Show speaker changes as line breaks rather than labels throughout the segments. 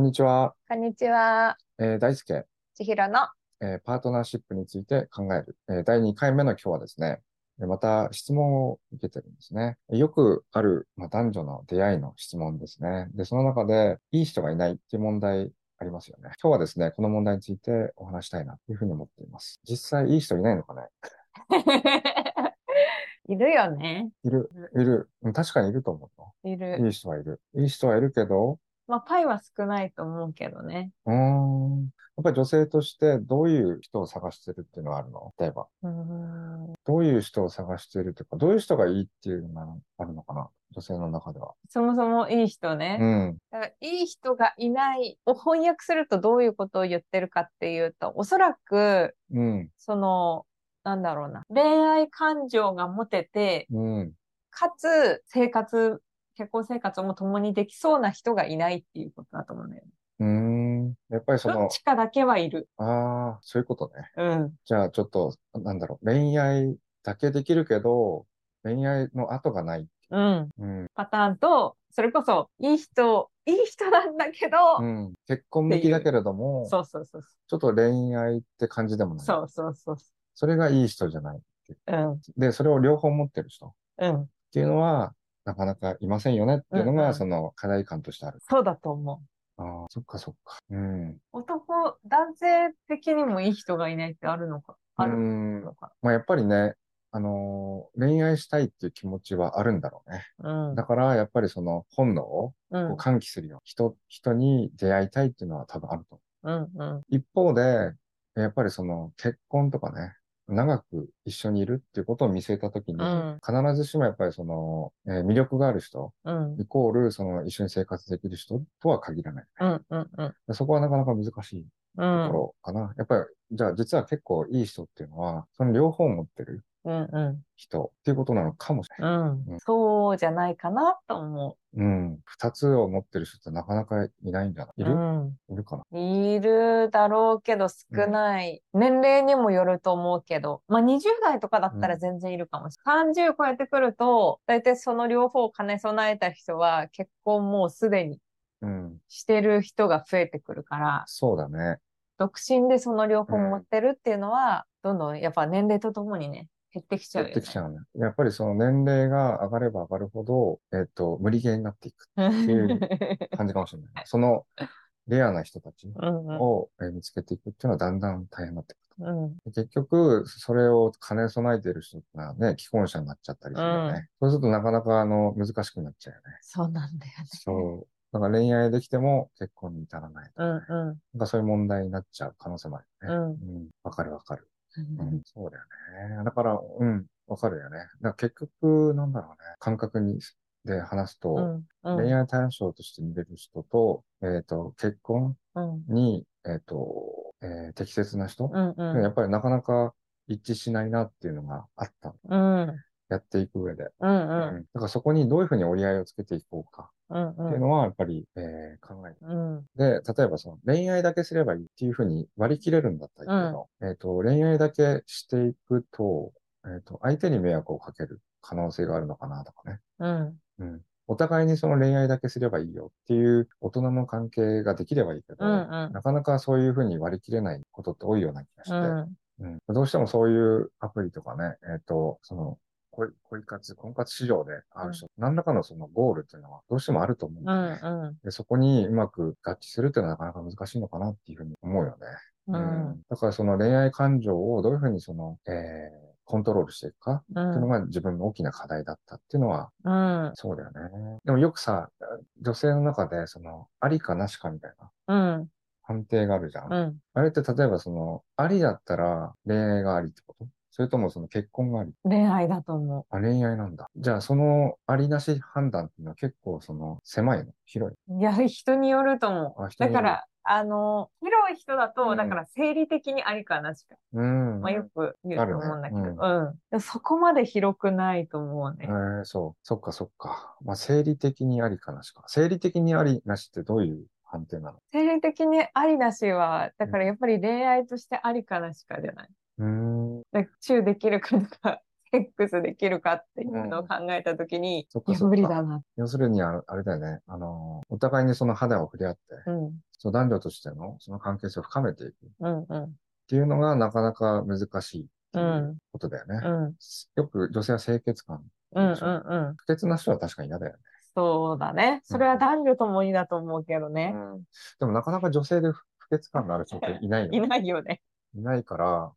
んにちは。
こんにちは。
えー大輔、
千尋の。
えーパートナーシップについて考える、えー第2回目の今日はですね、えーまた質問を受けてるんですね。よくある、まあ、男女の出会いの質問ですね。で、その中で、いい人がいないっていう問題ありますよね。今日はですね、この問題についてお話したいなというふうに思っています。実際、いい人いないのかね
いるよね。
いる、いる。うん確かにいると思う
い
の。い
る。
い人はいる。いい人はいるけど、
まあ、パイは少ないと思うけどね。
うーん。やっぱり女性としてどういう人を探してるっていうのはあるの例えば。
うーん。
どういう人を探しているとか、どういう人がいいっていうのがあるのかな女性の中では。
そもそもいい人ね。
うん。
だからいい人がいないを翻訳するとどういうことを言ってるかっていうと、おそらく、
うん。
その、なんだろうな。恋愛感情が持てて、
うん。
かつ生活、結婚生活も共にできそうな人がいないっていうことだと思うんだよね。
うーん。やっぱりそ
ど
の
っ、ちかだけはいる。
ああ、そういうことね。
うん。
じゃあちょっと、なんだろう。恋愛だけできるけど、恋愛の後がない。
うん。
うん。
パターンと、それこそ、いい人、いい人なんだけど、
うん。結婚向きだけれども、
そうそうそうそ
ちょっと恋愛って感じでも
う。
ない。
そうそうそうそ
それがいい人じゃない。
う。うん。
で、それを両方持ってる人っ
うん。
ていうのは、なかなかいませんよねっていうの
うんう
が、
ん
その課題感としてある。
そうだと思
ああ、そっかそっか。うん。
う。男、男性的にもいい人がいないってあるのか、あ
う
る
ん。
のか。
まあ、やっぱりね、あのー恋愛したいっていう気持ちはあるんだろうね。
うん。
だから、やっぱりその本能を
うん。
こう喚起するような人、人に出会いたいっていうのは多分あると思
うん。うん。
う。一方で、やっぱりその結婚とかね、長く一緒にいるっていうことを見据えたときに、
うん
必ずしもやっぱりその、えー魅力がある人、
うん。
イコールその一緒に生活できる人とは限らない。
うん。うん。うん。
そこはなかなか難しい
うん。
とこ
うん。
ろかな。やっぱり、じゃあ実は結構いい人っていうのは、その両方持ってる
うん。
人っていうことなのかもしれない。
うん。そうじゃないかなと思
うん。二つを持ってる人ってなかなかいないんじゃな
う。
いいる、
うん。
いるかない
るだろうけど少ない。年齢にもよると思うけど、まあ20代とかだったら全然いるかもしれない。30超えてくると、大体その両方を兼ね備えた人は結婚もうすでに
うん。
してる人が増えてくるから、
そうだね。
独身でその両方
うん
持ってるっていうのは、どんどんやっぱ年齢とともにね、減ってきちゃう
減って
よね
き。ちゃうね。やっぱりその年齢が上がれば上がるほど、えっと、無理ゲーになっていくていう感じかもしれ ない。そのレアな人たち
うんうん
をえー見つけていくっていうのはだんだん大変になっていくる
うん
と。結局、それを兼ね備えている人がね、既婚者になっちゃったりするよね。そうするとなかなかあの、難しくなっちゃうよね。
そうなんだよね。
そう。だから恋愛できても結婚に至らない。
うんう
なんかそういう問題になっちゃう可能性もあるよね。
んうん
うん。わかるわかる。
うん
うん。そうだよね。だから、うん。わかるよね。だから結局、なんだろうね。感覚に、で話す
う
と、
んうん
恋愛対象として見れる人と、えっと、結婚
うん
に、えっと、えー適切な人、
うんうん
やっぱりなかなか一致しないなっていうのがあった。
うん
やっていく上で。
うん
う
うん
だからそこにどういうふうに折り合いをつけていこうか
うんう
っていうんのは、やっぱり、えー考えて
うん
で、例えばその恋愛だけすればいいっていうふうに割り切れるんだったらいいけど、えっと、恋愛だけしていくと、えっ、と、相手に迷惑をかける可能性があるのかなとかね。
うん
うん。お互いにその恋愛だけすればいいよっていう大人の関係ができればいいけど、
うんうん
なかなかそういうふうに割り切れないことって多いような気がし
う
て、
ん
うんどうしてもそういうアプリとかね、えっ、と、その、恋、恋活、婚活市場で会う人、何らかのそのゴールっていうのはどうしてもあると思うん
う
だよね。
ん
で、そこにうまく合致するっていうのはなかなか難しいのかなっていうふうに思うよね。
うんうん
んだからその恋愛感情をどういうふうにその、えー、コントロールしていくか
う
っていうの
ん
が自分の大きな課題だったっていうのは、
うん
そうだよね。でもよくさ、女性の中でその、ありかなしかみたいな
うん
判定があるじゃん。
うん
あれって例えばその、ありだったら恋愛がありってことそれともその結婚があり
恋愛だと思
あ、恋愛なんだ。じゃあそのありなし判断っていうのは結構その、狭いの広い。
う。いや、人によると思
あ
う。
人
だ
によ
か
る
ら、あの、広い人だと、
うん
だから生理的にありかなしか、
うん。
まあ、よく言うと思うんだけど、
あるね
うん。でもそこまで広くないと思う
え
ね。
ー、そう。そっかそっか。まあ、生理的にありかなしか。生理的にありなしってどういう判定なの
生理的にありなしは、だからやっぱり恋愛としてありかなしかじゃない。
うーん。
だからチューできるかとか、 X できるかっていうのを考えたときに、
そっ
い
か
や、
そっ
無理
か。
だな。
要するにあれ、あれだよね。あの、お互いにその肌を触れ合って、
うん、
その男女としてのその関係性を深めていくっ
うん、うん、
ていうのがなかなか難しいっていうことだよね。
うん、
よく女性は清潔感。
うん、うん、うん。
不潔な人は確かに嫌だよね。
そうだね。それは男女ともにだと思うけどね。
でもなかなか女性で不潔感のある人っていないよね
いないよ ね。
いないから、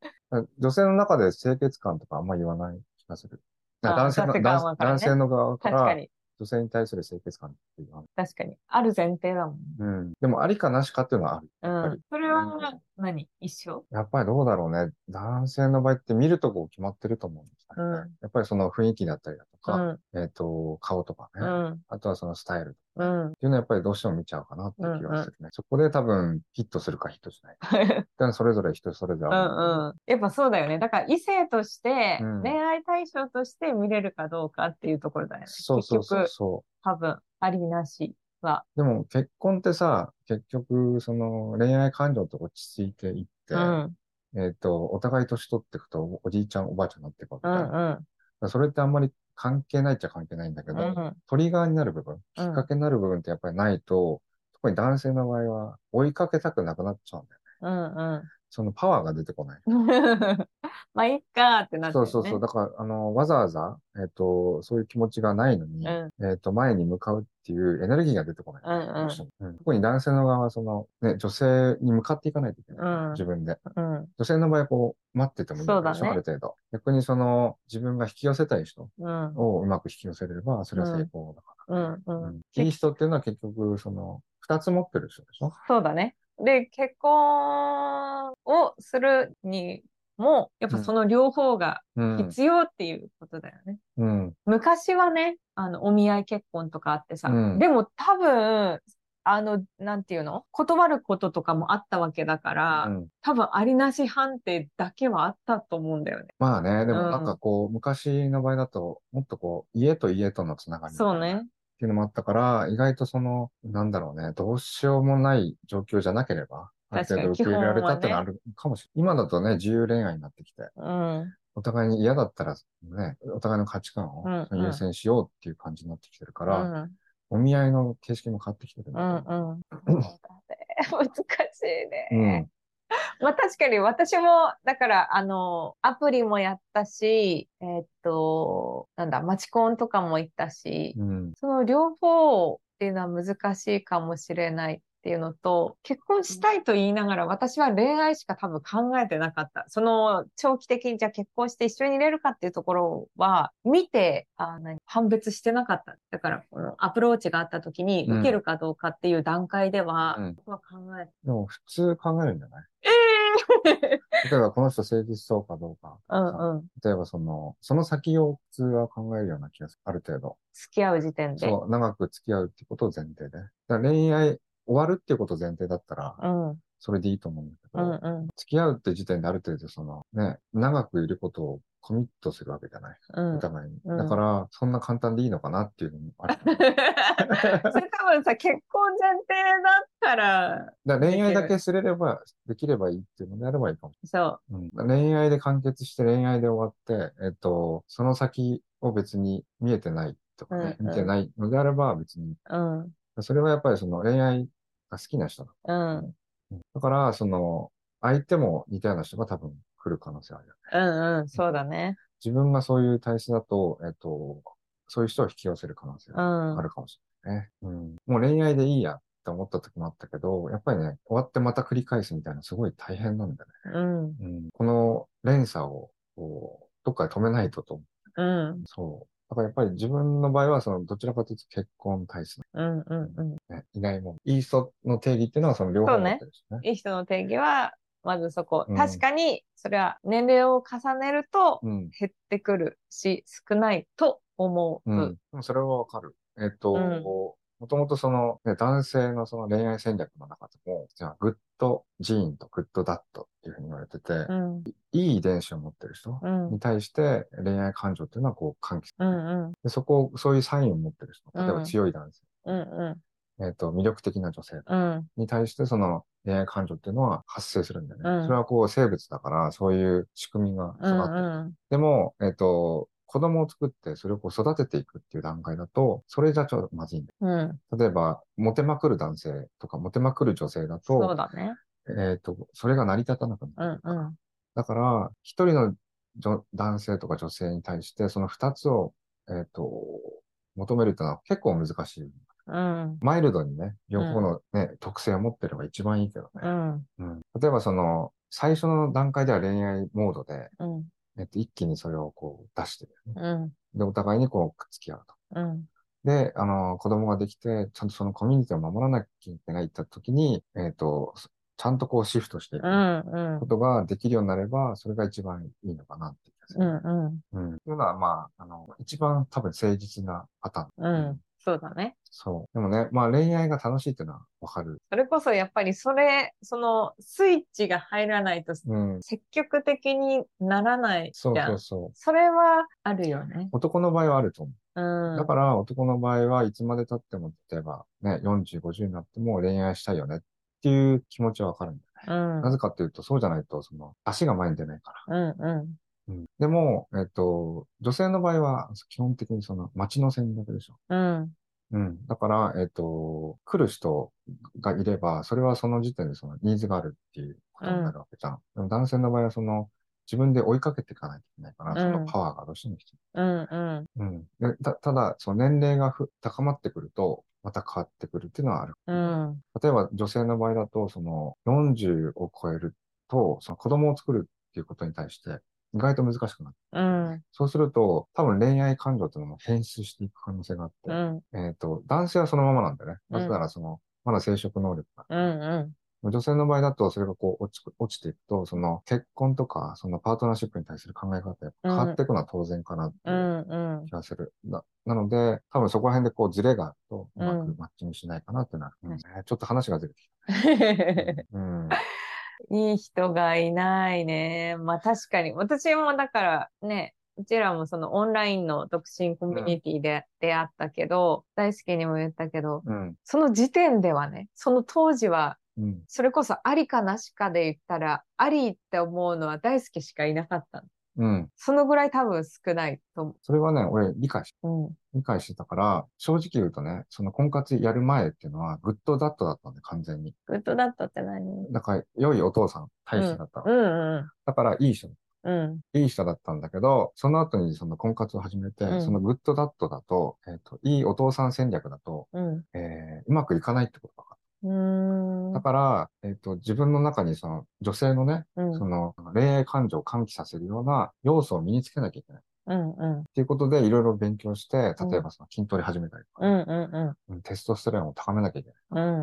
女性の中で清潔感とかあんま言わない気がする。
あ
男性の
男性側
男
から
男
ね
性の側か
確からに、
女性に対する清潔感っていうのは。
確かに。ある前提だもんね。
うん。でもありかなしかっていうのはある。
う
ぱり
ん。それは何一緒
やっぱりどうだろうね。男性の場合って見るとこ決まってると思うんですよね。
う
やっぱりその雰囲気だったりだと
う
か、
ん、
えっ、と、顔とか
う
ね。
ん、
あとはそのスタイルっ
うん。
ていうのはやっぱりどうしても見ちゃうかなっていう気がするね。そこで多分ヒットするかヒットしないか。だからそれぞれ人それぞれ
う
ある。
んうん。やっぱそうだよね。だから異性として
うん、
恋愛対象として見れるかどうかっていうところだよね。
そうそうそうそう。
多分、ありなしは。
でも結婚ってさ、結局、その恋愛感情と落ち着いていっ
う
て、
ん、
えっと、お互い年取っていくとおおじいちゃんおばあちゃんになっていくわけ
う
だよ。
ん、うん、
だからそれってあんまり関係ないっちゃ関係ないんだけ
う
ど、
ん、
トリガーになる部分、きっかけになる部分ってやっぱりないと、特に男性の場合は追いかけたくなくなっちゃうんだよね。
うん、
そのパワーが出てこない。
うん。 まあ、いっかーってなって
そ
る
う
ね。
そうそう。だから、あの、わざわざ、えっ、と、そういう気持ちがないのに、
うん
えっ、と、前に向かうっていうエネルギーが出てこない。
うんうん
どしてもうん特に男性の側は、その、ね、女性に向かっていかないといけない。
うん
自分で。
うん、
女性の場合、こう、待っててもいいわけでしょ
そうだね
ある程度。逆にその、自分が引き寄せたい人
うん、
をうまく引き寄せれれば、それは成功だか
うん、う
ら。
ん。
うんいい人っていうのは結局、その、二つ持ってる人でしょ
そうだね。で、結婚をするにも、やっぱその両方が
うん。
必要っていうことだよね。
うん。
昔はね、あの、お見合い結婚とかあってさ、
うん
でも多分、あの、なんていうの断ることとかもあったわけだから、
うん
多分ありなし判定だけはあったと思うんだよね。
まあね、でも
うん
なんかこう、昔の場合だと、もっとこう、家と家とのつながりみたいな
そうね。
っていうのもあったから、意外とその、なんだろうね、どうしようもない状況じゃなければ、ある
確か
程
に
度受け入れられたってのはあ
基
るかもしれない。今だとね、自由恋愛になってきて、
うん。
お互いに嫌だったらね、お互いの価値観
うんうん
をその優先しようっていう感じになってきてるか
う
ら、
ん。
お見合いの形式も変わってきてるん
う
だけ
ん。
ど
うん。そうだね難しいね。
うん。
まあ確かに私も、だから、あの、アプリもやったし、えーっと、なんだ、マチコンとかも行ったし、
うん。
その両方っていうのは難しいかもしれないっていうのと、結婚したいと言いながら私は恋愛しか多分考えてなかった。その長期的にじゃあ結婚して一緒にいれるかっていうところは見て、あ何判別してなかった。だからこのアプローチがあった時に
うん
受けるかどうかっていう段階では、
うん
僕は考えて。
でも普通考えるんじゃない
ええ
例えばこの人誠実そうかどうか。
うんうん。
例えばその、その先を普通は考えるような気がする。ある程度。
付き合う時点で。
そう、長く付き合うってことを前提で。だから恋愛終わるっていうことを前提だったら、
うん。うん
それでいいと思うんだけ
う
ど、
ん。
付き合うって時点である程度そのね、長くいることをコミットするわけじゃない。
うん
お。互いに。
うん
だから、そんな簡単でいいのかなっていうのもある。
それ多分さ、結婚前提だったら、
だから恋愛だけすれれ ば、できればいいっていうのであればいいかも
そう。
うん恋愛で完結して恋愛で終わって、えっと、その先を別に見えてないとかね、
うんうん
見てないのであれば別に。
うん。
それはやっぱりその恋愛が好きな人だ
うん。うん
だから、その、相手も似たような人が多分来る可能性あるよね。
うん。そうだね。
自分がそういう体質だと、えっと、そういう人を引き寄せる可能性
う
が
ん。
あるかもしれないね。うん。もう恋愛でいいやって思った時もあったけど、やっぱりね、終わってまた繰り返すみたいなすごい大変なんだよ
うん。
ね。うん。この連鎖を、こう、どっかで止めないとと。
うん。
そう。だからやっぱり自分の場合は、その、どちらかというと結婚体質
うん。うん。うん。
ね。いないもん。いい人の定義っていうのはその両方
そうね
持ってるしね。
いい人の定義は、まずそこ。
うん
確かに、それは年齢を重ねると
うん。
減ってくるし、少ないと思う。
うん。でもそれはわかる。えっと、
うん
もともとその、ね、男性のその恋愛戦略の中でも、じゃあ、グッドジーンとグッドダットっていうふうに言われてて、
うん。
いい遺伝子を持ってる人
うん。うん
に対して恋愛感情っていうのはこう喚起す。
う
る。
ん。
でそこを、そういうサインを持ってる人、
うん
例えば強い男性、
うん。
えっと、魅力的な女性
うん。
に対してその恋愛感情っていうのは発生するんだよね。
うん
それはこう生物だから、そういう仕組みが
う
育ってる。
ん。
でも、えっと、子供を作ってそれをこう育てていくっていう段階だと、それじゃちょっとまずいんだ。
うん。
例えば、モテまくる男性とか、モテまくる女性だ
そう
と、
だね。
えっ、と、それが成り立たなくなる。
うんうん。
だから、一人の女男性とか女性に対して、その二つを、えっ、と、求めるってのは結構難しい。
うん。
マイルドにね、両方のね、特性を持ってれば一番いいけど
う
ね。
ん。
うん例えばその、最初の段階では恋愛モードで、
うん。
えっと、一気にそれをこう出してるよね、
うん。
で、お互いにこうくっつき合うと。
うん。
で、あの、子供ができて、ちゃんとそのコミュニティを守らなきゃいけないって時に、えっ、と、ちゃんとこうシフトしていく
う
こ
ん。うん。
とができるようになれば、それが一番いいのかなって気がする。
うん。
うん。というのは、まあ、あの、一番多分誠実なパターン。
うん。そうだね。
そう。でもね、まあ恋愛が楽しいっていうのはわかる。
それこそやっぱりそれ、そのスイッチが入らないと
うん。
積極的にならないじ
そう
ゃ
そ
ん。
うそう。
それはあるよね。
男の場合はあると思
うん。
う。だから男の場合はいつまで経っても、例えばね、40、50になっても恋愛したいよねっていう気持ちはわかるんだよね。
うん。
なぜかっていうと、そうじゃないと、その、足が前に出ないから。
うんうん。
うん。でも、えっと、女性の場合は、基本的にその、街の戦略でしょ。
うん。
うん。だから、えっと、来る人がいれば、それはその時点でそのニーズがあるっていうことになるわけじゃん。でも男性の場合はその自分で追いかけていかないといけないから、そのパワーがどうしても必
うんうん。
要。うん。でた、ただ、その年齢がふ高まってくると、また変わってくるっていうのはある。
うん。
例えば女性の場合だと、その40を超えると、その子供を作るっていうことに対して、意外と難しくなる。
うん。
そうすると、多分恋愛感情っていうのも変質していく可能性があって、
うん。
えっと、男性はそのままなんだよね。
うん
なぜならその、まだ生殖能力が。
うん。
女性の場合だと、それがこう落ち、落ちていくと、その結婚とか、そのパートナーシップに対する考え方が変わっていくのは当然かなって
う。
いうん
うん。
気がする。ななので、多分そこら辺でこうズレがあると、う
うん
まくマッチングしないかなってなる。
うん
うんちょっと話がずれてき た。うん。
いい人がいないね。まあ確かに。私もだからね、うちらもそのオンラインの独身コミュニティで出会ったけど、大好きにも言ったけど、
うん。
その時点ではね、その当時は、
うん。
それこそありかなしかで言ったら、ありって思うのは大好きしかいなかったの。
うん。
そのぐらい多分少ないと思
それはね、俺理解し、
う。うん。
理解してたから、正直言うとね、その婚活やる前っていうのは、グッドダットだったんで、完全に。
グッドだったって何
だから、良いお父さん、大使だったわ
う。んうん。
だから、いい人。
うん。
いい人だったんだけど、その後にその婚活を始めて、
うん
そのグッドダットだと、えっ、と、いいお父さん戦略だと、
うん。
えーうまくいかないってことだか
うーん。
ら。だから、えっ、と、自分の中にその女性のね、
うん。
その恋愛感情を喚起させるような要素を身につけなきゃいけない。っ
うん。うん。
ていうことで、いろいろ勉強して、例えばその筋トレ始めたりとか
う
ね、
ん。うん。
うんテストステロンを高めなきゃいけない。
う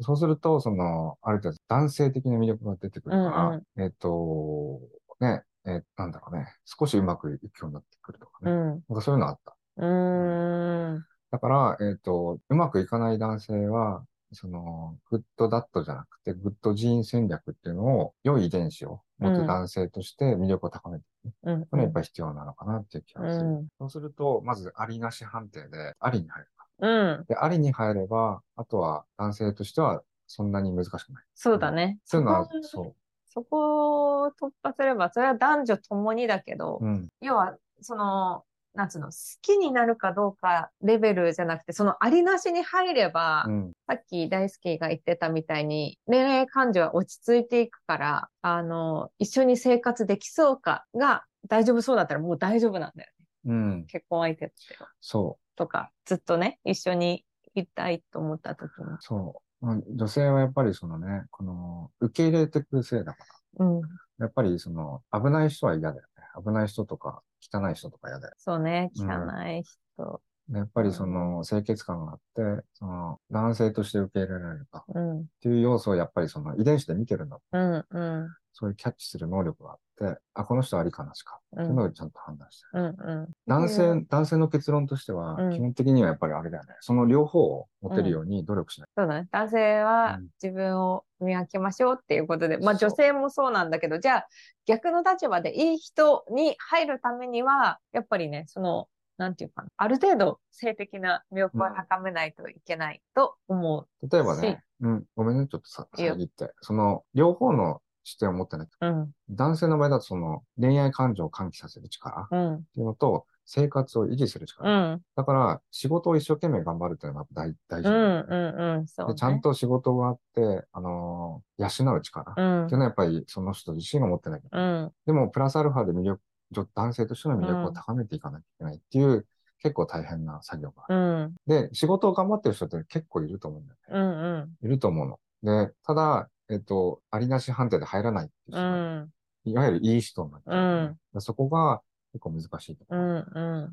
ん。
そうすると、その、ある程度男性的な魅力が出てくるから、
うん
えっ、と、ね、えーなんだろうね、少しうまくいくようになってくるとか
う
ね。
ん。
なんかそういうのあった。
うーん。
だから、えっ、と、うまくいかない男性は、その、グッドダットじゃなくて、グッドジーン戦略っていうのを、良い遺伝子を持
う
つ
ん
男性として魅力を高めて、
うん。
これやっぱり必要なのかなっていう気
う
がする。
ん。
そうすると、まず、ありなし判定で、ありに入るか。
うん。
で、ありに入れば、あとは男性としてはそんなに難しくない。
そうだね。
そういうのは、
そこ
そ
そこを突破すれば、それは男女ともにだけど
う。、うん。
要は、その、なんつうの、好きになるかどうかレベルじゃなくて、そのありなしに入れば、
うん。
さっき大輔が言ってたみたいに、恋愛感情は落ち着いていくから、あの、一緒に生活できそうかが大丈夫そうだったらもう大丈夫なんだよね。
うん。
結婚相手って。
そ
とか、ずっとね、一緒にいたいと思った時に
う。。そう。うん女性はやっぱりそのね、この、受け入れてくるせいだから
うん。
やっぱりその、危ない人は嫌だよね。危ない人とか、汚い人とか嫌だよ
そうね、
う
汚
ん
い人。
ね。やっぱりその、清潔感があって、その、男性として受け入れられるかっ
うん、
ていう要素をやっぱりその、遺伝子で見てるんだ。
うん、うん、
そういうキャッチする能力があって、あ、この人はありかなしか。
う
っていうの
ん、
をちゃんと判断してる。
うん、うん。
男性、
うん
男性の結論としては
う、ん
基本的にはやっぱりあれだよね。その両方を持てるように努力しない。
そうだね。男性は
うん
自分を磨きましょうっていうことで、まあ
そう
女性もそうなんだけど、じゃあ逆の立場でいい人に入るためには、やっぱりね、その、なんていうかな、ある程度性的な魅力は高めないといけないと思
例えばね、うん、ごめんね、ちょっとさ、
いいよ
遮って。その、両方の視点を持ってない。
う。うん、
男性の場合だとその、恋愛感情を喚起させる力。
うん、
っていうのと、生活を維持する力。
うん。
だから、仕事を一生懸命頑張るっていうのが大大
う
事、
ん、うん、うん。そう、ね。
で。ちゃんと仕事があって、あのー養う力っ
う
て
ん
いう。のはやっぱりその人自身が持ってなきゃいけ
う
ない。
ん。
でも、プラスアルファで魅力、女男性としての魅力を高めていかなきゃいけないっていう、結構大変な作業がある。
うん。
で、仕事を頑張ってる人って結構いると思うんだよね。
うん。うん。
いると思うの。で、ただ、えっと、ありなし判定で入らないっていう人
う
が
ん。
いわゆるいい人になっちゃうね、そこが結構難しいとこ
う
ろ、
ん。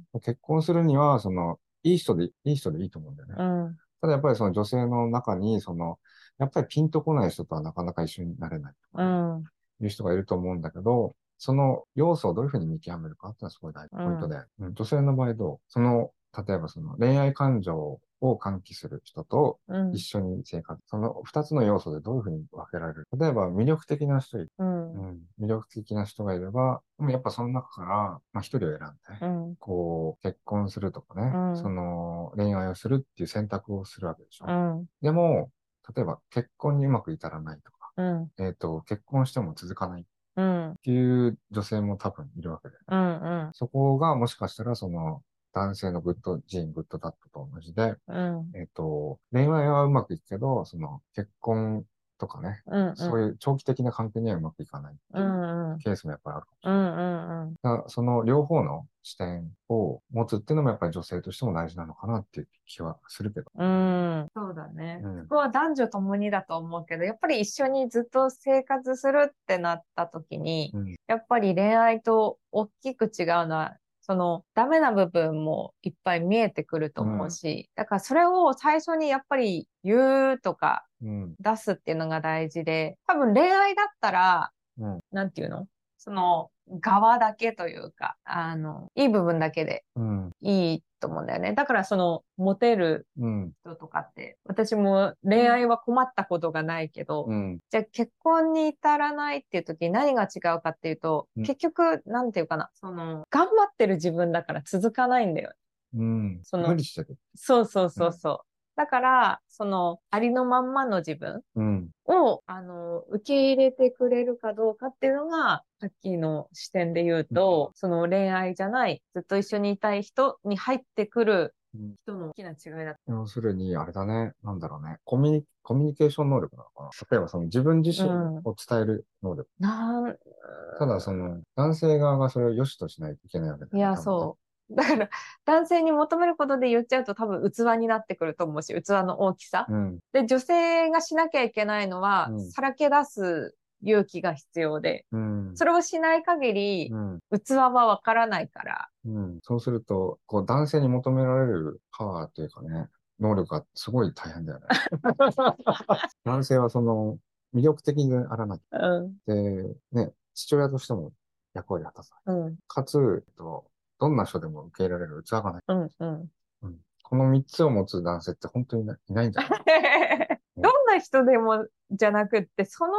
うん。
結婚するには、その、いい人で、いい人でいいと思うんだよね。
うん。
ただやっぱりその女性の中に、その、やっぱりピンとこない人とはなかなか一緒になれないと
う
か、
ん。
いう人がいると思うんだけど、その要素をどういうふうに見極めるかっていうのはすごい大事なポイントで、うん女性の場合どうその、例えばその恋愛感情を喚起する人と
うん
一。緒に生活、その二つの要素でどういうふうに分けられる例えば魅力的な人いる
うん。
うん、魅力的な人がいれば、でもやっぱその中から、まあ一人を選んで、
うん。
こう、結婚するとかね、
うん
その恋愛をするっていう選択をするわけでしょ。
うん。
でも、例えば結婚にうまく至らないとか、
うん。
えっ、と、結婚しても続かないっ
うん。
ていう女性も多分いるわけで、
うん。
そこがもしかしたらその男性のグッドジーン、グッドダットと同じで、
うん。
えっ、と、恋愛はうまくいくけど、その結婚とかね、
うん。
そういう長期的な関係にはうまくいかないって
う。
いうん
うん。
ケースもやっぱりあるかもしれない。
うん。うん。
だその両方の視点を持つっていうのもやっぱり女性としても大事なのかなっていう気はするけど。
うん。そうだね。
うん
そこは男女ともにだと思うけど、やっぱり一緒にずっと生活するってなった時に、
うん
やっぱり恋愛と大きく違うのは、そのダメな部分もいっぱい見えてくると思うし、だからそれを最初にやっぱり言うとか
うん。
出すっていうのが大事で、多分恋愛だったら、
うん
なんていうのその側だけというか、あの、いい部分だけで
うん。
いいと思うんだよね。だからそのモテる
うん。
人とかって、私も恋愛は困ったことがないけど、
うん。
じゃあ結婚に至らないっていう時に何が違うかっていうと、
うん
結局、なんていうかな、その、頑張ってる自分だから続かないんだよ。
うん。
その
無理しちゃって。
そうそうそうそう。だから、その、ありのまんまの自分
うん。
を、あの、受け入れてくれるかどうかっていうのが、さっきの視点で言うと、その恋愛じゃない、ずっと一緒にいたい人に入ってくる
うん
人の大きな違いだ。
要するに、あれだね。なんだろうね。コミュニ、コミュニケーション能力なのかな。例えばその自分自身
うん
を伝える能力。
なん、
ただその男性側がそれを良しとしないといけないわけだよ
い
ね
や、そう。だから、 男性に求めることで言っちゃうと多分器になってくると思うし、器の大きさ
多。分ね
で、女性がしなきゃいけないのは、
うん
さらけ出す勇気が必要で、
うん。うん。
それをしない限り、
うん。
器はわからないから。
うん。そうすると、こう男性に求められるパワーというかね、能力がすごい大変だよ ね。男性はその魅力的にあらなき
うん、
ゃ。で、ね、父親としても役割を果たさない。
うん、
かつ、えっと、どんな人でも受け入れられる器がない。
うん、うん。
うん、この三つを持つ男性って本当にいないいないんじゃない
どんな人でもじゃなくって、その、い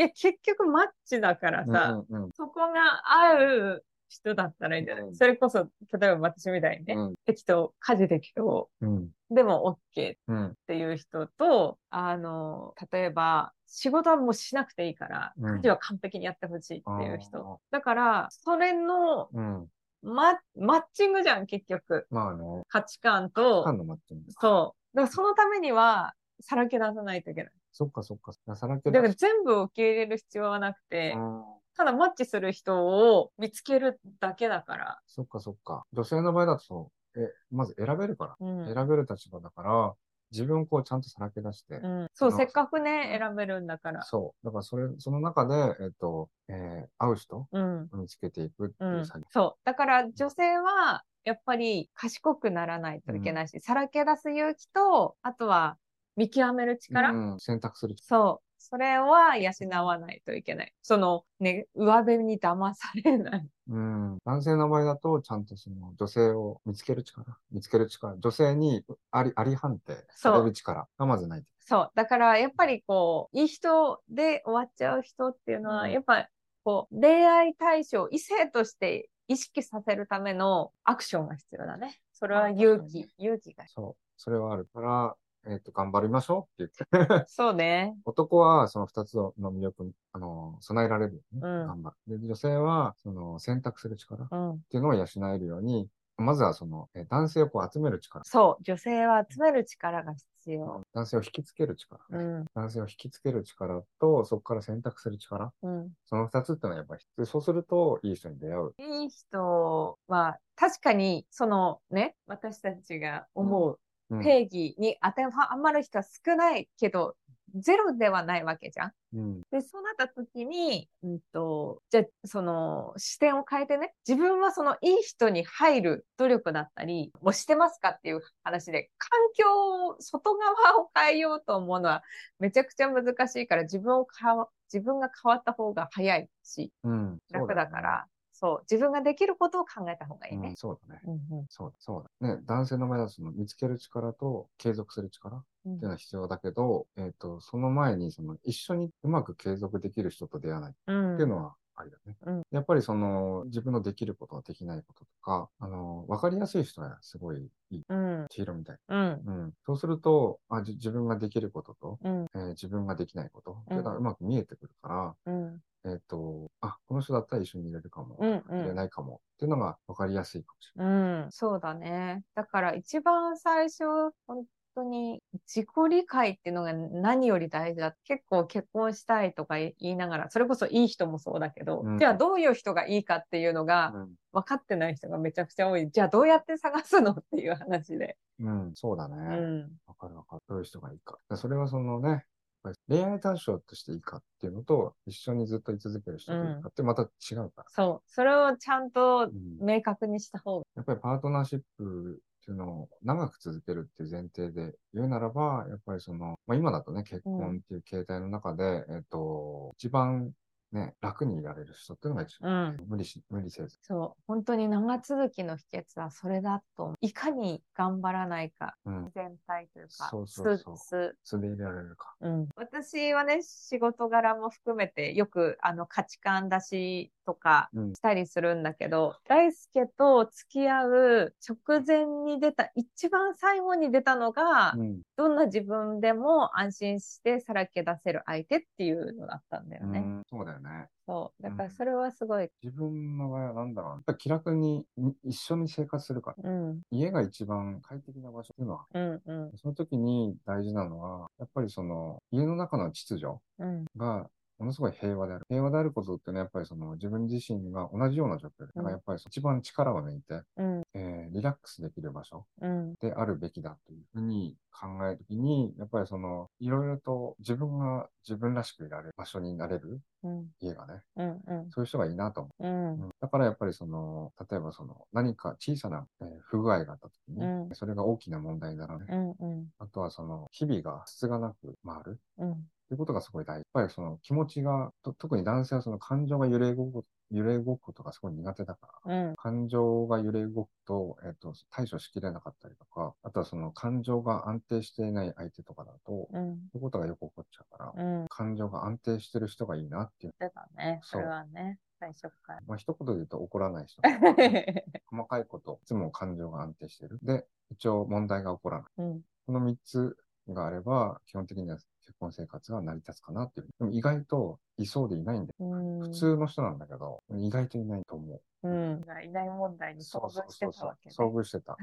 や、結局マッチだからさ、
うんうん
そこが合う人だったらいいんじゃない、
うん
それこそ、例えば私みたいにね、
うん
適当、家事適当、
うん
でも OK っ
うん
ていう人と、あの、例えば、仕事はもうしなくていいから、
うん
家事は完璧にやってほしいっていう人。
あ
だから、それの、
ーうん。
ま、マッチングじゃん、結局。
まあね、
価値観
ファ
と、
ンのマッチング。
そう。だからそのためには、さらけ出さないといけない。
そっかそっか。さらけ
だ
出
から
し
全部受け入れる必要はなくて
う、ん
ただマッチする人を見つけるだけだから。
そっかそっか。女性の場合だとそう、え、まず選べるか
うん
ら。。選べる立場だから、自分をこうちゃんとさらけ出して、
うん、そう、
その
せっかくね、選べるんだから。
そう。だからそれ、その中で、えっと、えー会う人
うん。
見つけていくって
う
い
ん
う作業。、
そう。だから女性は、やっぱり賢くならないといけないし、さらけ出す勇気と、あとは見極める力。
うん選択する。
そう。それは養わないといけない。そのね、上辺に騙されない。
うん。男性の場合だと、ちゃんとその女性を見つける力、見つける力、女性にあり、あり判定される力がまずないと。
そう。だからやっぱりこう、いい人で終わっちゃう人っていうの
う
は、
ん
やっぱこう、恋愛対象、異性として意識させるためのアクションが必要だね。それは勇気、勇気が必
そう。それはあるから、えっ、と、頑張りましょうって言って。
要。そうね。
男はその二つの魅力に、あの、備えられるよね、
うん
頑張る。で、女性は、その、選択する力っ
うん。
ていうのを養えるように、まずはその、え男性をこう集める力。
そう、女性は集める力が必要。
男性を引きつける力、
う
ね
ん、
男性を引きつける力と、そこから選択する力。
うん。
その二つってのはやっぱり必要。そうすると、いい人に出会う。
いい人は、確かに、そのね、私たちが思う
うん。
定義に当てはまる人は少ないけど、ゼロではないわけじゃん。
うん。
で、そうなった時に、うんと、じゃあ、その、視点を変えてね、自分はその、いい人に入る努力だったり、もうしてますかっていう話で、環境を、外側を変えようと思うのは、めちゃくちゃ難しいから、自分を変わ、自分が変わった方が早いし、
うん。
楽だから、そう,、自分ができることを考えた方がい
そ
いう
だね。う
ね
ん、。そうだね。
うんうん
そうだ、そうだ。ね、男性の場合はその見つける力と継続する力って
うん
いうのは必要だけど、えっと、その前にその一緒にうまく継続できる人と出会わないっ
うん
ていうのはありだね。
うん
やっぱりその自分のできること、できないこととか、あの、わかりやすい人はすごいいい。
うん、
黄色みたい。
うん、
うん。そうすると、あじ自分ができることと、
うん、
えー自分ができないことっていうのが
うん
うまく見えてくるから、
うん、
えっ、と、あ、この人だったら一緒にいれるかも、
うん、
入れ
うん。
ないかもっていうのがわかりやすいかもしれない。
うん、そうだね。だから一番最初、本当に自己理解っていうのが何より大事だ。結構結婚したいとか言いながら、それこそいい人もそうだけど、
うん
じゃあどういう人がいいかっていうのが
うん
分かってない人がめちゃくちゃ多い。じゃあどうやって探すのっていう話で。
うん、そうだね。
うん。
わかるわかる。どういう人がいいか。それはそのね、やっぱり恋愛対象としていいかっていうのと、一緒にずっと居続ける人がいいかってまた違うから。
そう。それをちゃんと
うん
明確にした方が。
やっぱりパートナーシップっていうのを長く続けるっていう前提で言うならば、やっぱりその、まあ、今だとね、結婚っていう形態の中で、えっと、一番ね、楽にいられる人っていうのが一
う
番、
ん。
無理し、無理せず。
そう。本当に長続きの秘訣はそれだと思う。いかに頑張らないか。
うん。
全体というか、
そうそうそう
スーツ
素でいられるか。
うん、私はね、仕事柄も含めてよくあの価値観出しとか
うん
したりするんだけど、大輔と付き合う直前に出た、一番最後に出たのが、
うん。
どんな自分でも安心してさらけ出せる相手っていうのだったんだよね。
うんそうだよね。
そう。だか
う
ら
ん
それはすごい、
自分の場合はなんだろうな。やっぱり気楽にに一緒に生活するから。
うん、
家が一番快適な場所っていうのは、
うん、うん、
その時に大事なのは、やっぱりその、家の中の秩序
うん、
が、ものすごい平和である。平和であることっていうのは、やっぱりその、自分自身が同じような状況で、だからやっぱりその一番力を抜いて、
うん、
えーリラックスできる場所
うん、
であるべきだというふうに考えるときに、やっぱりその、いろいろと自分が自分らしくいられる場所になれる
うん、
家がね、
うん、うん、
そういう人がいいなと思
うん
う。、うんだからやっぱりその、例えばその、何か小さな、えー不具合があったときに、
うん
それが大きな問題にならない。
うん、うん、
あとはその、日々が質がなく回る
うん、
ということがすごい大事。やっぱりその気持ちが、と特に男性はその感情が揺れ動く、揺れ動くことがすごい苦手だから、
うん、
感情が揺れ動くと、えっ、と、対処しきれなかったりとか、あとはその感情が安定していない相手とかだと、そう
うん、
いうことがよく起こっちゃうから、
うん。
感情が安定してる人がいいなっていう。
出たね。そ
そう
れはね、最初から。
まあ、一言で言うと怒らない 人。細かいこと、いつも感情が安定してる。で、一応問題が起こらない。
うん、
この3つがあれば、基本的には結婚生活が成り立つかなっていう。でも意外といそうでいないんで、
うん
普通の人なんだけど、意外といないと思
うん。いない問題
う。
に遭遇してたわけね。
遭遇してた。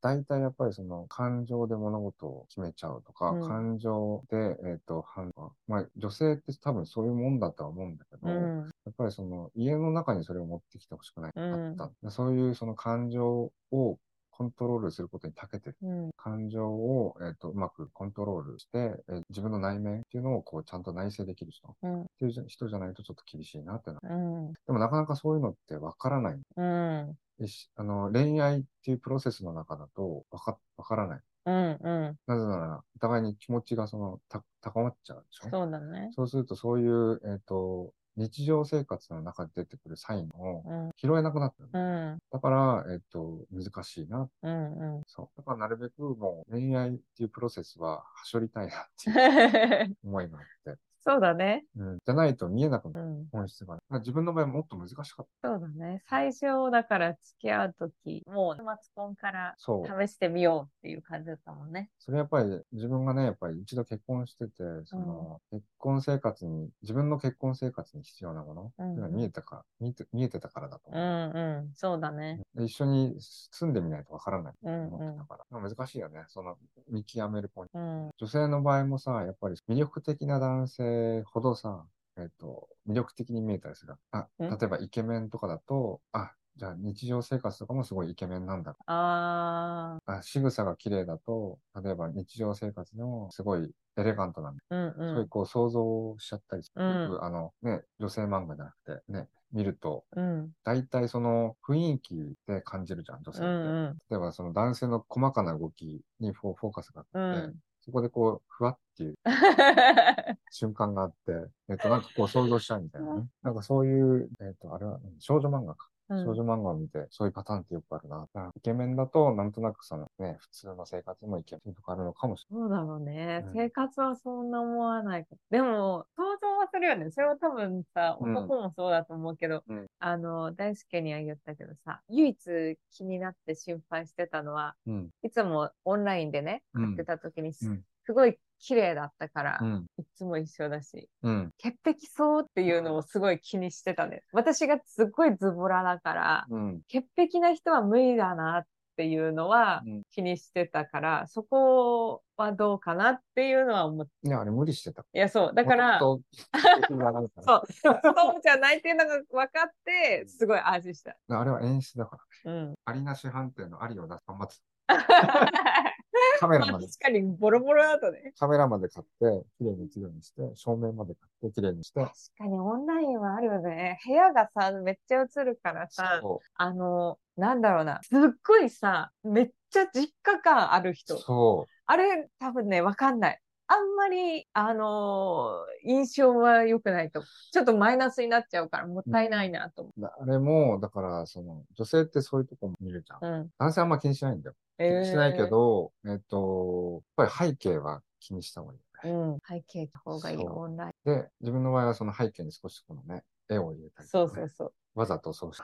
大体やっぱりその感情で物事を決めちゃうとか、
うん
感情で、えっ、と、判断。まあ女性って多分そういうもんだとは思うんだけ ど、
う
や
ん、
っぱりその家の中にそれを持ってきてほしくないか
うん
った、そういうその感情をコントロールすることに長けてる
うん、
感情を、えっとうまくコントロールして、えー自分の内面っていうのをこうちゃんと内省できる人っ
うん、
ていう人じゃないとちょっと厳しいなってな。
うん、
でもなかなかそういうのってわからない。
うん、
えしあの恋愛っていうプロセスの中だとわかわからない。
うん、
なぜなら、お互いに気持ちがそのた高まっちゃうでしょ
そうだね。
そうするとそういう、えっ、と、日常生活の中で出てくるサインを
うん、
拾えなくなってる。
うん、
だから、えっ、と、難しいな。
うん、 うん。
そう。だからなるべくもう恋愛っていうプロセスは端折りたいなっていう思いがあって。
そうだね。
うん、じゃないと見えなくな
う
る。
ん。
本質がね。だから自分の場合もっと難しかった。
そうだね。最初、だから付き合うとき、もう、マツコンから
そう。
試してみようっていう感じだったもんね。
それやっぱり自分がね、やっぱり一度結婚してて、その、結婚生活に、自分の結婚生活に必要なものって
う
い
ん
うのが見えたか、見て見えてたからだと
う
思う。
んうん。そうだね。
で一緒に住んでみないとわからないと
うん
思ってたから。でも難しいよね。その、見極めるポイント。
うん。
女性の場合もさ、やっぱり魅力的な男性ほどさ、えっ、と、魅力的に見えたりする。あ、
うん
例えばイケメンとかだと、あ、じゃあ日常生活とかもすごいイケメンなんだ。
あ
あ、仕草が綺麗だと、例えば日常生活でもすごいエレガントなんだ。
ー。うん
そういうこう想像しちゃったりする。
うん
よくあのね、女性漫画じゃなくてね、見ると、
うん。うん。
大体その雰囲気で感じるじゃん、女性っ
う
て。
んうん。
例えばその男性の細かな動きにフォフォーカスが
う
あって、
ん。
そこでこう、ふわっていう瞬間があって、えっと、なんかこう想像しちゃうみたいなね。なんかそういう、えっと、あれは何少女漫画か。
うん
少女漫画を見て、そういうパターンってよくあるな。だからイケメンだと、なんとなくそのね、普通の生活にもイケメンとかあるのかもし
そうだろうね。
うん
生活はそんな思わないか。でも、想像はするよね。それは多分さ、
うん
男もそうだと思うけど、
うん
あの、大輔には言ったけどさ、唯一気になって心配してたのは、
れない。うん。
いつもオンラインでね、
うん
会ってた時にす、
うん
すごい綺麗だったから、
うん。
いつも一緒だし、
うん。
潔癖そうっていうのをすごい気にしてたね。私がすっごいズボラだから、
うん。
潔癖な人は無理だなっていうのは
うん
気にしてたから、そこはどうかなっていうのは思って、
いや、あれ無理してた。
いや、そう。だから、そ
もっと気分が上がるから
う、 そうじゃないっていうのが分かって、すごい味した。
あれは演出だから。
うん。
アリなし判定のアリを出 す。頑張ってた。カメ
ま
ラ
あ
ま
確
で、
かにボロボロだとね。
カメラまで買って、綺麗に綺麗にして、照明まで買って、綺麗にして。
確かにオンラインはあるよね。部屋がさ、めっちゃ映るからさ、
そ
あの、なんだろうな。すっごいさ、めっちゃ実家感ある
う。
人。
そ
あれ、多分ね、わかんない。あんまり、あのー印象は良くないと思う。ちょっとマイナスになっちゃうから、もったいないなと思
う。だあれも、だから、その、女性ってそういうとこも見るじゃん
う。。うん。
男性あんま気にしないんだよ。
え
気にしないけど、えっと、やっぱり背景は気にした方がいいよね。
うん。背景の方がいい、
そう
オンライン。
で、自分の場合はその背景に少しこのね、絵を入れたりとか
そ
ね、
うそうそう。
わざと そうし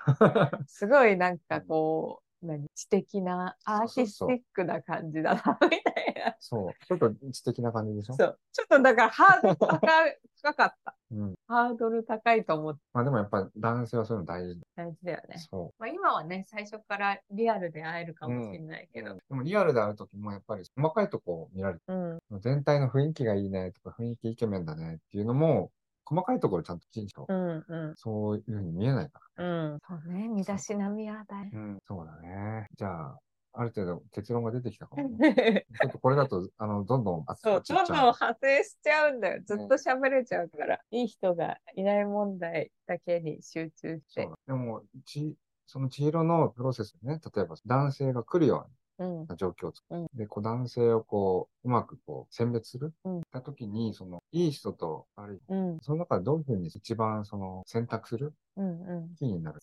すごいなんかこう、何知的な、アーティスティックな感じだな、みたいな。
そう。ちょっと知的な感じでしょ
そう。ちょっとだから、ハードル高い高かった。
うん。
ハードル高いと思って
まあでもやっぱり男性はそういうの大事だ。
大事だよね。
そう。
まあ今はね、最初からリアルで会えるかもしれないけど。
でもリアルで会うときもやっぱり細かいとこを見られて、
うん。
全体の雰囲気がいいねとか雰囲気イケメンだねっていうのも、細かいところちゃんときちんと、
うん。うん。
そういうふうに見えないか
うん。そうね。身だしなみは大
ら。うん。そうだね。じゃあ、ある程度結論が出てきたかも ね。
変。
ちょっとこれだと、あの、どんどん、あ
そう、
ち
ど
っ
ん
ち
どん
ゃう
派生しちゃうんだよ。ずっと喋れちゃうから。いい人がいない問題だけに集中し
そう
て
だ。でも、ち、その千尋のプロセスでね、例えば男性が来るよ
うん
う。な状況を作る。で、こう男性をこう、うまくこう、選別する。
うん
たときに、その、いい人と悪い人。
うん。
その中でどういうふうに一番その、選択する
うん。うん。
キーになる。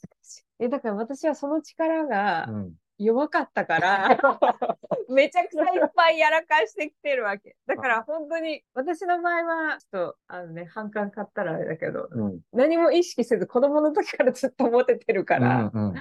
え、だから私はその力
う
が
ん。
弱かったから、 めちゃくちゃいっぱいやらかしてきてるわ け。だから本当に、私の場合は、ちょっと、あのね、反感買ったらあれだけど、
うん。
何も意識せず子供の時からずっとモテてるから。
うん。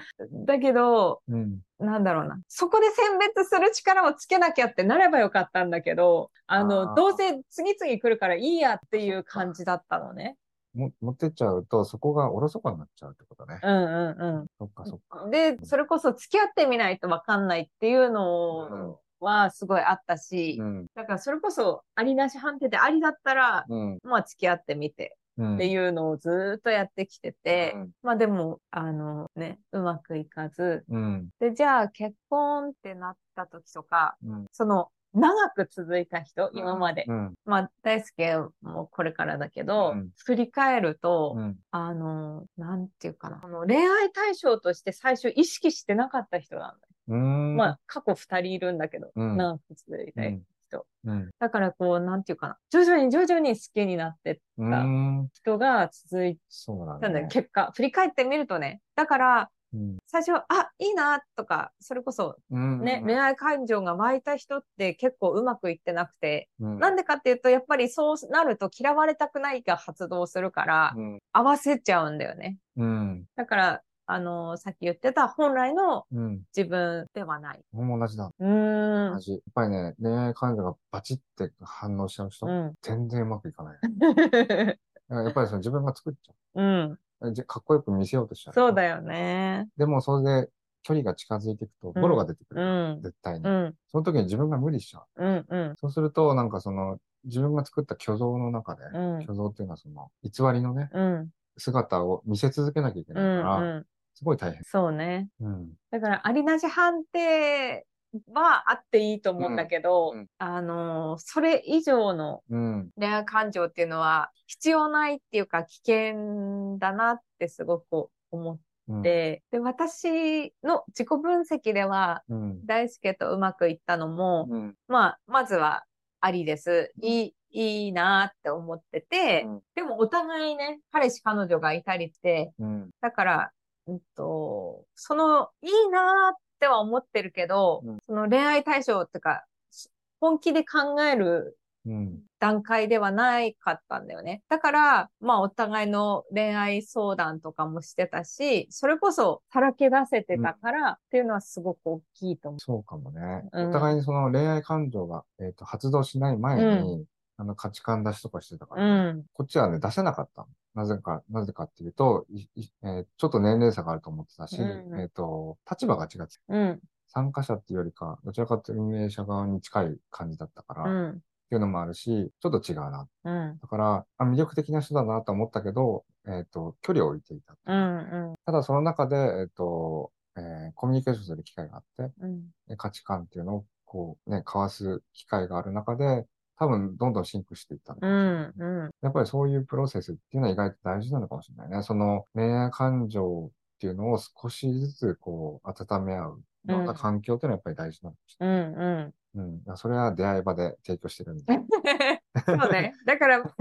だけど、
うん。うん
なんだろうな。そこで選別する力をつけなきゃってなればよかったんだけど、あの、
あー
どうせ次々来るからいいやっていう感じだったのね。
も、持ってっちゃうと、そこがおろそかになっちゃうってことね。
うんうん
そっかそっか。
うん。で、それこそ付き合ってみないとわかんないっていうのはすごいあったし、
うん。
だからそれこそありなし判定でありだったら、
うん。
まあ付き合ってみて
うん。
っていうのをずーっとやってきてて、
うん
まあでも、あのね、うまくいかず、
うん。
で、じゃあ結婚ってなった時とか、
うん。
その、長く続いた
ん
人、今まで。
うん。
まあ、大輔もこれからだけど、
うん
振り返ると、
うん。
あの、なんていうかな。あの恋愛対象として最初意識してなかった人なんだよ。
うん。
まあ、過去二人いるんだけど、
うん
長く続いた人。
うん。
だから、こう、なんていうかな。徐々に徐々に好きになってった
うん。
人が続い
そうなん
た
だ
んだよ、
ね。
結果。振り返ってみるとね。だから、
うん
最初、あ、いいな、とか、それこそ、
うん
ね、恋愛感情が湧いた人って結構うまくいってなくて、
うん
なんでかっていうと、やっぱりそうなると嫌われたくないが発動するから、
うん
合わせちゃうんだよね。
うん。
だから、あのさっき言ってた本来の
うん。
自分ではない。
俺も同じだ。
うー
同
ん。
じ。やっぱりね、恋愛感情がバチって反応しちゃう人
う、ん。
全然うまくいかない。だからやっぱりその自分が作っちゃ
うん。
う。じゃかっこよく見せようとしちゃう。
そうだよね。
でも、それで距離が近づいていくと、ボロが出てく
う
る。
ん。
絶対に
う。ん。
その時に自分が無理しちゃう。
うん。うん。
そうすると、なんかその、自分が作った虚像の中で、
うん。
虚像っていうのはその、偽りのね、
うん。
姿を見せ続けなきゃいけ
う
ないから、
ん。うん。
すごい大変。
そうね。
うん。
だから、ありなし判定はあっていいと思うんだけど、
うんうん
あのーそれ以上の
うん。
恋愛感情っていうのは必要ないっていうか危険だなってすごく思っ
うん。
て、で、私の自己分析では、
うん。
大輔とうまくいったのも、
うん。
まあ、まずはありです。いい、いいなって思ってて、
うん
でもお互いね、彼氏彼女がいたりって、
うん。
だから、うんと、その、いいなーっては思ってるけど、
うん
その恋愛対象っていうか、本気で考える
うん。
段階ではないかったんだよね。だから、まあ、お互いの恋愛相談とかもしてたし、それこそ、さらけ出せてたからっていうのはすごく大きいと思
そうかもね。
うん
お互いにその恋愛感情が、えっ、と、発動しない前に、
う
あの、価値観出しとかしてたか
う。う
ら、
ん。
こっちはね、出せなかったの。なぜか、なぜかっていうと、いいえーちょっと年齢差があると思ってたし、
うん
えっ、と、立場が違って、
うん。
参加者っていうよりか、どちらかというと運営者側に近い感じだったから、
う
っ
ん。
ていうのもあるし、ちょっと違うな。
うん。
だから、あ魅力的な人だなと思ったけど、えっ、と、距離を置いていた。
うん。
ただ、その中で、えっ、と、えーコミュニケーションする機会があって、
うん。
で価値観っていうのを、こう、ね、交わす機会がある中で、多分、どんどんシンクしていったのか
う
もしれない
ん。うん。
やっぱりそういうプロセスっていうのは意外と大事なのかもしれないね。その恋愛感情っていうのを少しずつこう温め合うような環境っていうのはやっぱり大事なのかもしれ
うん。うん。
ない。うん。それは出会い場で提供してるん で。
そうね。だからもう、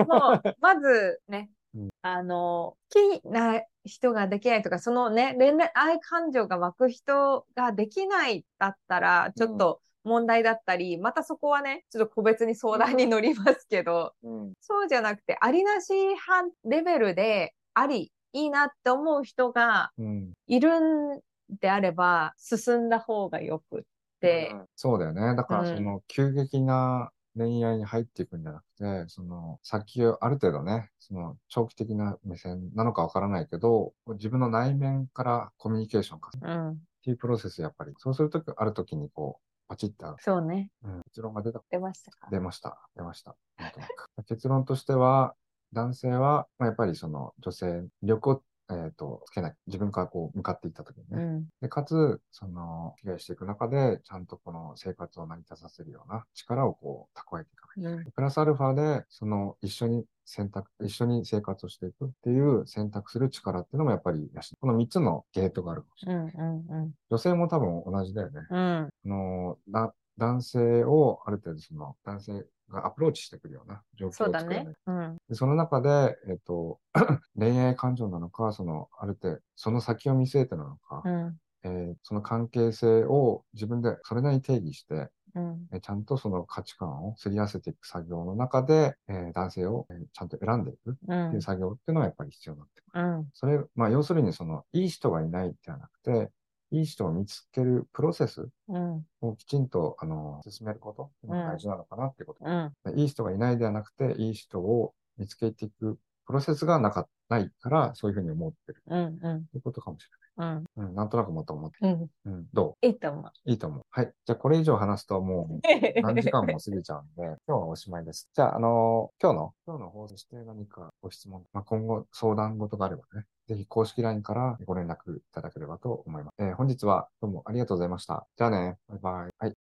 まずね
うん、
あの、好きな人ができないとか、そのね、恋愛感情が湧く人ができないだったら、ちょっと問題だったり、またそこはね、ちょっと個別に相談に乗りますけど、
うん。
そうじゃなくて、ありなし半レベルで、あり、いいなって思う人が
うん。
いるんであれば、進んだ方がよくって
う、んそうだよね。だから
うん
その急激な恋愛に入っていくんじゃなくて、その先をある程度ね、その長期的な目線なのかわからないけど、自分の内面からコミュニケーション化する
うん、
っていうプロセスやっぱり、そうするとき、あるときにこう、パチッと、
そうね、
うん、結論が出た
出ましたか。
出ました。出ました。なんとな く結論としては、男性は、まあ、やっぱりその女性、魅力を、えーと、つけない。自分からこう向かっていったときに
う
ね。
ん、
で、かつ、その、被害していく中で、ちゃんとこの生活を成り立たせるような力をこう、蓄えていかな
うん
い。プラスアルファで、その、一緒に選択、一緒に生活をしていくっていう選択する力っていうのもやっぱり養う、この3つのゲートがあるかもしれない。
うんうん
女性も多分同じだよね。
うんうん
あの、だ男性をある程度その男性がアプローチしてくるような状況を
そ
作
う
ら
だ
ない
ね。うん
でその中で、えっと、 恋愛感情なのか、その、ある程度、その先を見据えてなのか、
うん
えーその関係性を自分でそれなりに定義して、
うん
えちゃんとその価値観をすり合わせていく作業の中で、えー男性をえーちゃんと選んでいくっ
う
てい
ん
う作業っていうのはやっぱり必要になってくる。
うん
それ、まあ、要するにその、いい人がいないではなくて、いい人を見つけるプロセス
うん
をきちんと、あの、進めることっていうのが大事なのかなっていうこと。
うん
いい人がいないではなくて、いい人を見つけていくプロセスがなかないから、そういうふうに思ってる
うんうん
ということかもし
うん
れない。うん、なんとなくまた思って。
うん
うん、ど
いいと思う。
ういいと思う。はい。じゃあ、これ以上話すともう、何時間も過ぎちゃうんで、 今日はおしまいです。じゃあ、あの今日の、今日の放送して何かご質問、まあ、今後相談事があればね、ぜひ公式 LINE からご連絡いただければと思います。えー本日はどうもありがとうございました。じゃあね、バイバイ。はい。